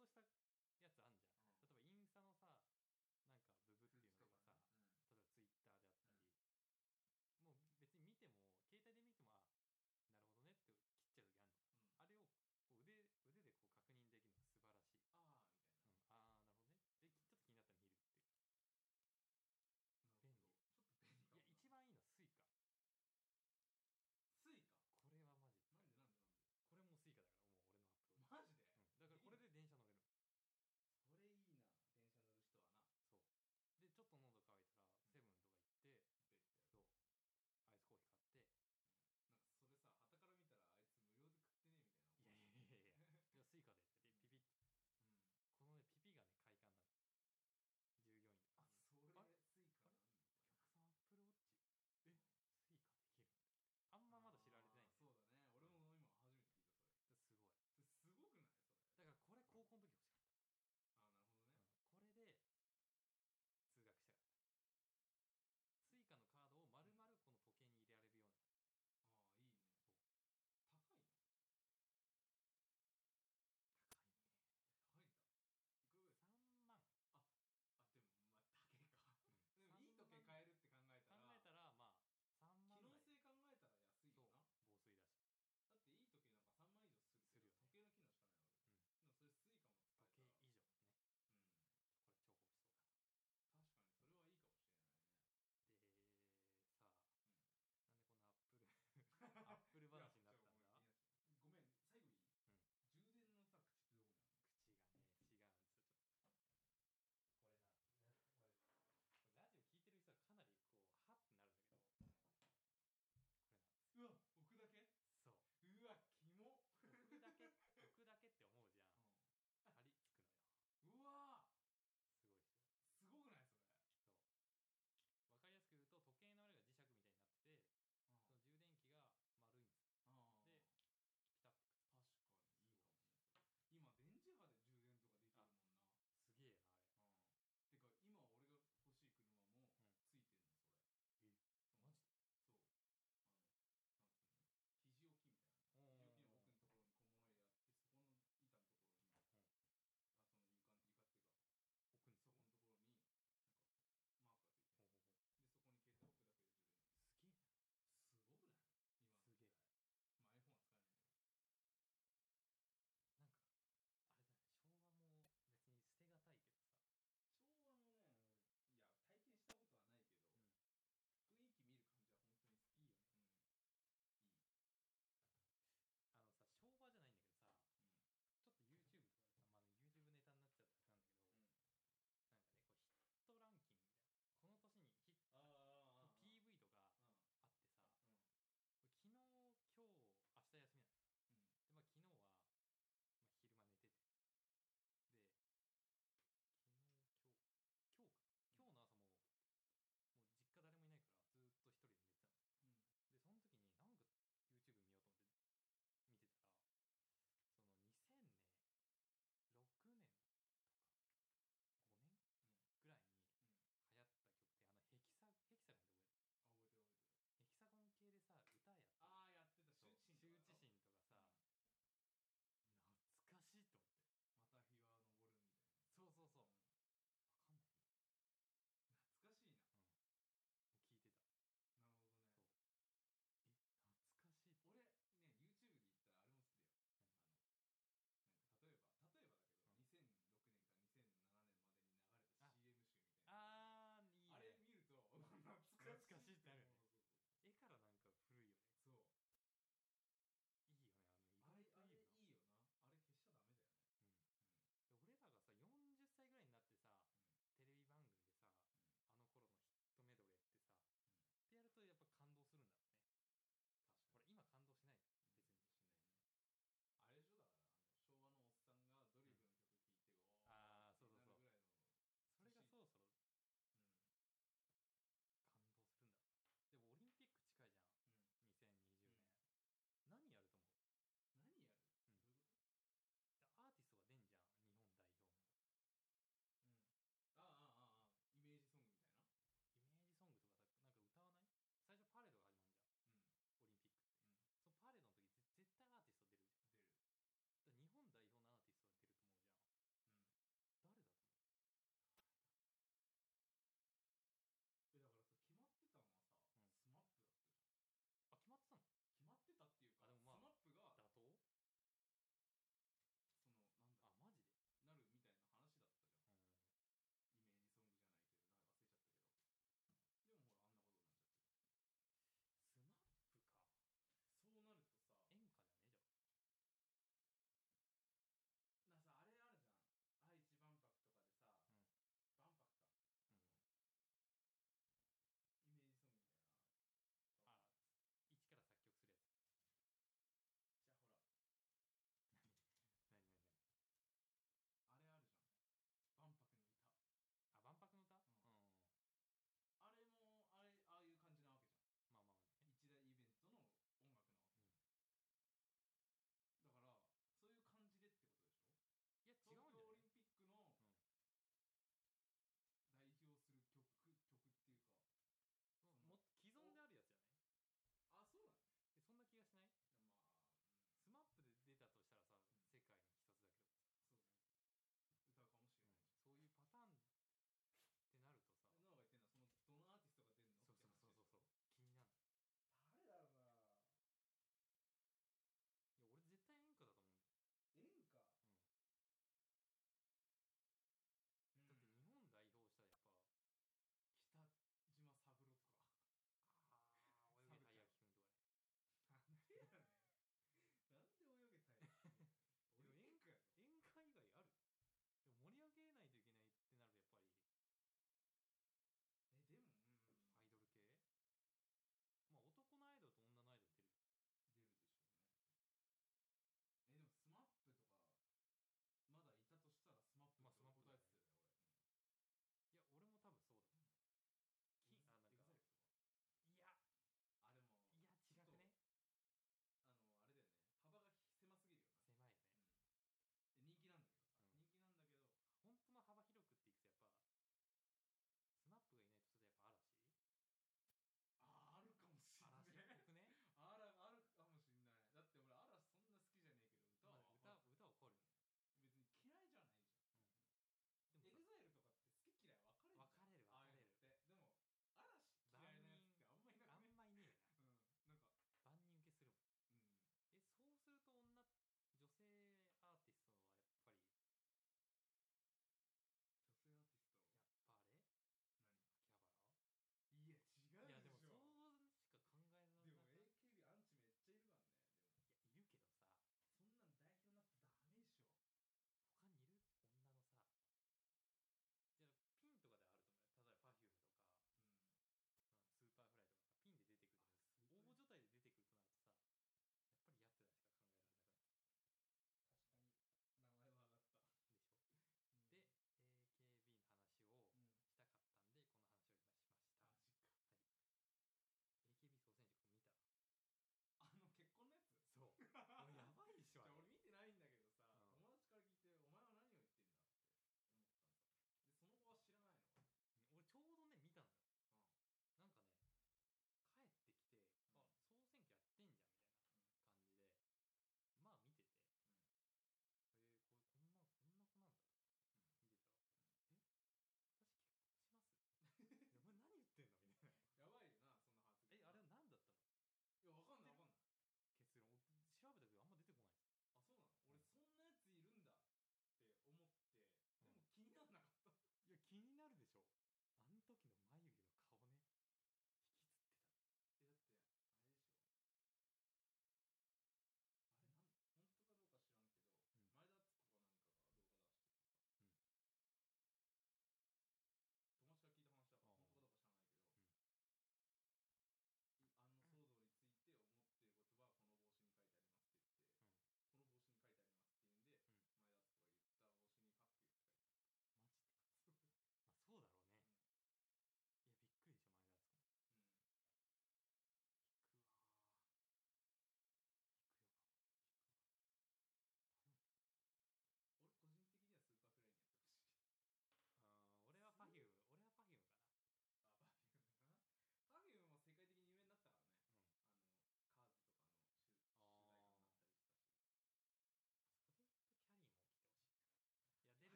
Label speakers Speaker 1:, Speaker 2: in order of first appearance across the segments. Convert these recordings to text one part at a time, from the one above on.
Speaker 1: としたやつあんじゃん、
Speaker 2: うん
Speaker 1: 例えばインスタのさなんかブブっていうのがさ、
Speaker 2: うん
Speaker 1: 例えばツイッターであったり、もう別に見ても携帯で見てもあなるほどねって切っちゃう時あるじゃん
Speaker 2: うん、
Speaker 1: あれをこう腕腕でこう確認できるのが素晴らしい、
Speaker 2: あーみたいな、
Speaker 1: うん、ああなるほどねでちょっと気になったの見るって
Speaker 2: なるほど
Speaker 1: 便利
Speaker 2: ちょっと便利か
Speaker 1: い
Speaker 2: も
Speaker 1: や
Speaker 2: な
Speaker 1: 一番いいのはスイカ
Speaker 2: スイカ
Speaker 1: これはマジ
Speaker 2: なんでなんで
Speaker 1: これも
Speaker 2: なんで
Speaker 1: スイカだからもう俺のアップロード、うんだか
Speaker 2: マジで、
Speaker 1: らこれ
Speaker 2: いい
Speaker 1: で電車乗れる
Speaker 2: のそれいい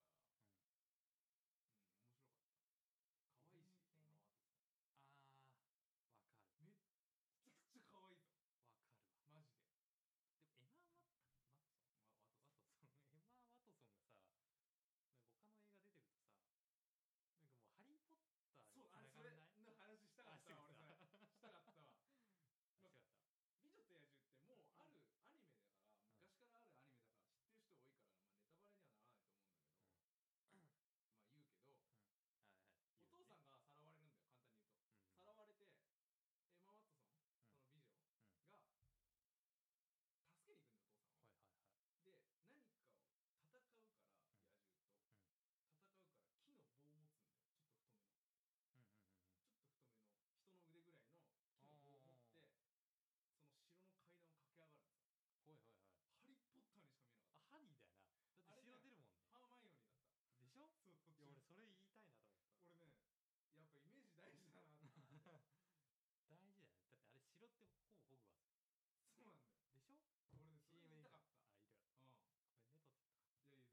Speaker 2: それ言いたいなと思った。
Speaker 1: 俺ねやっぱイメージ大事だなと思って
Speaker 2: 大事だよね。だってあれ城ってほぼホグワー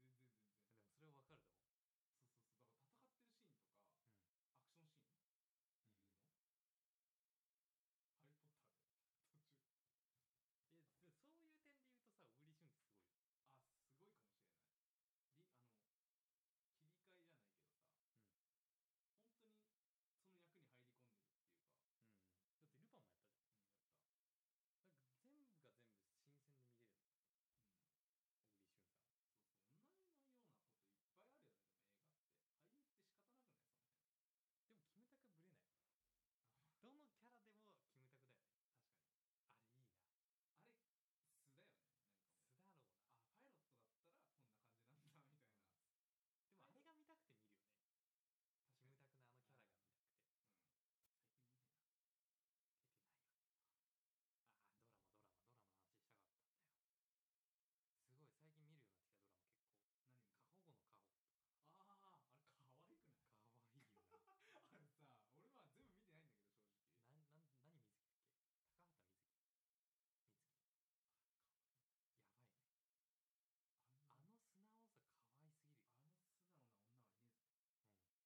Speaker 1: そうなん
Speaker 2: ツ。
Speaker 1: だよ俺ねそれ言いたかっうんいやいや全然全然そうそうそうだから戦っ
Speaker 2: でしょ ?CM で言いたかったた。あ、言いたかった。ごめんね、取ってきた。でもそれはわかると思う。
Speaker 1: てるシーンとか、
Speaker 2: うん
Speaker 1: アクションシーンっていうの、ハリー・ポッターだよ途中
Speaker 2: え、でそういう点で言うとさ、小栗旬ってすごいよ。
Speaker 1: あすごいかもしれないりあの切り替えじゃないけどさ、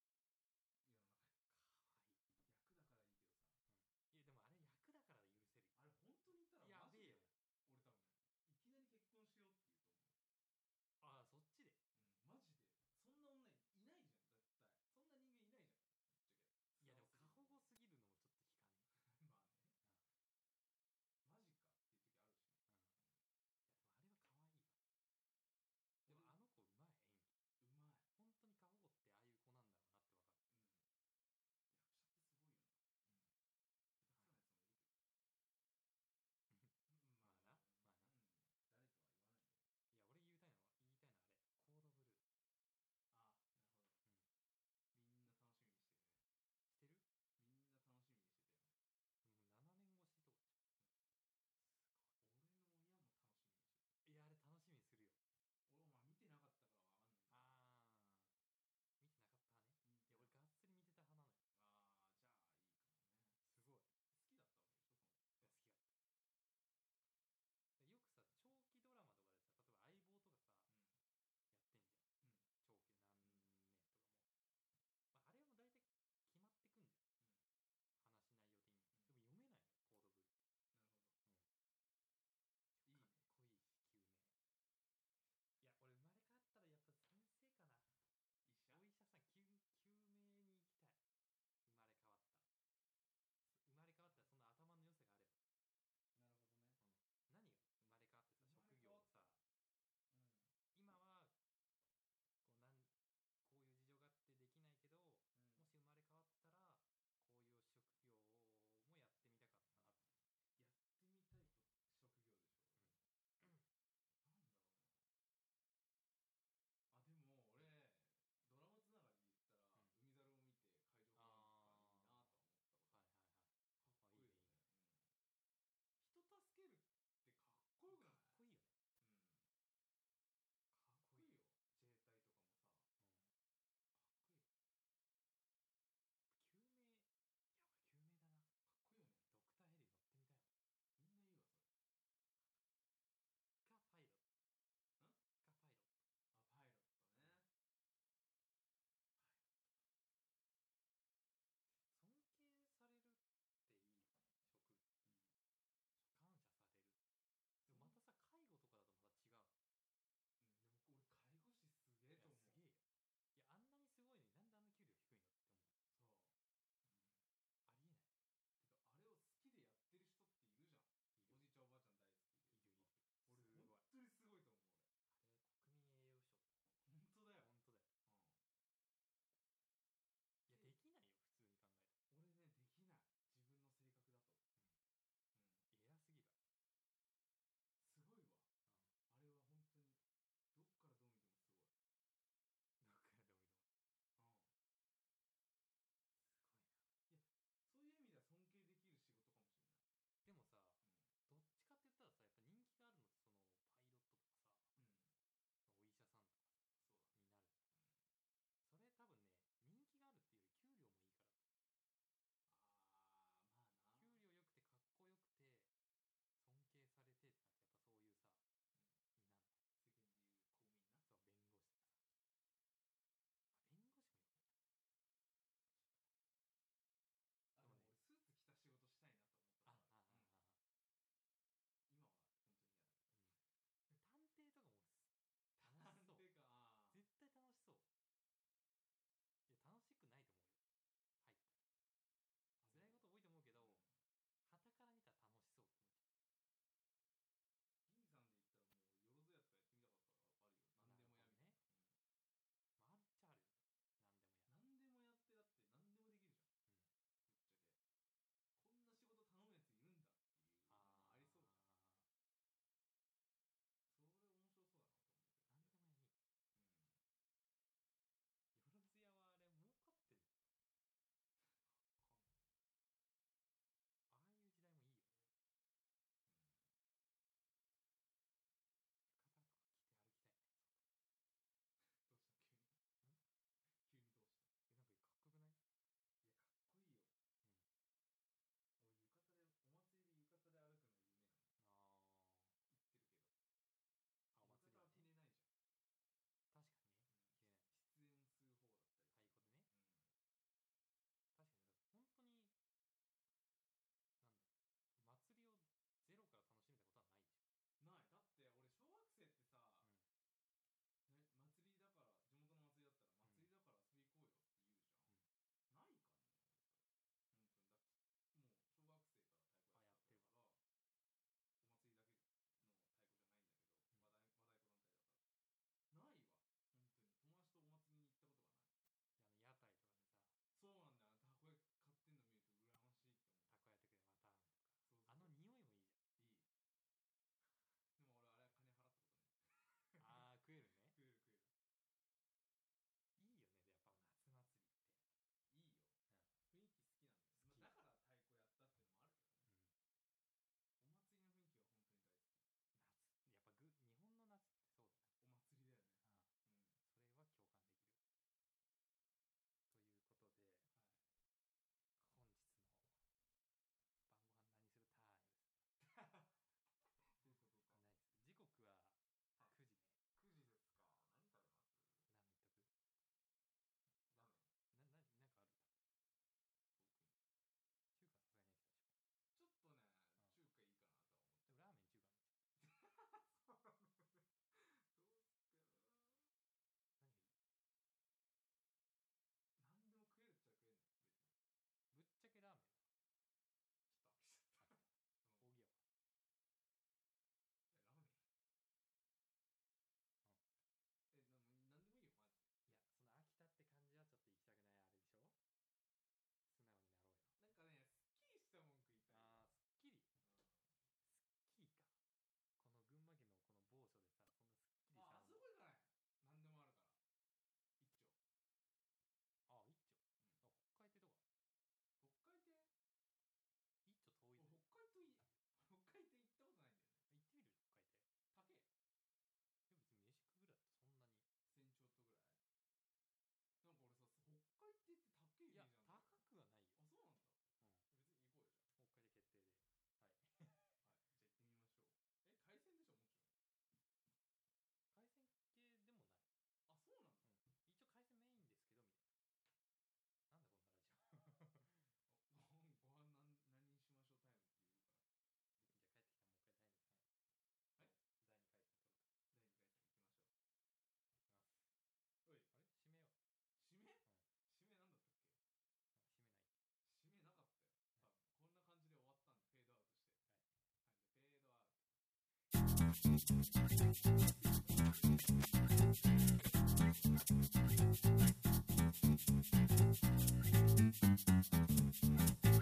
Speaker 2: あ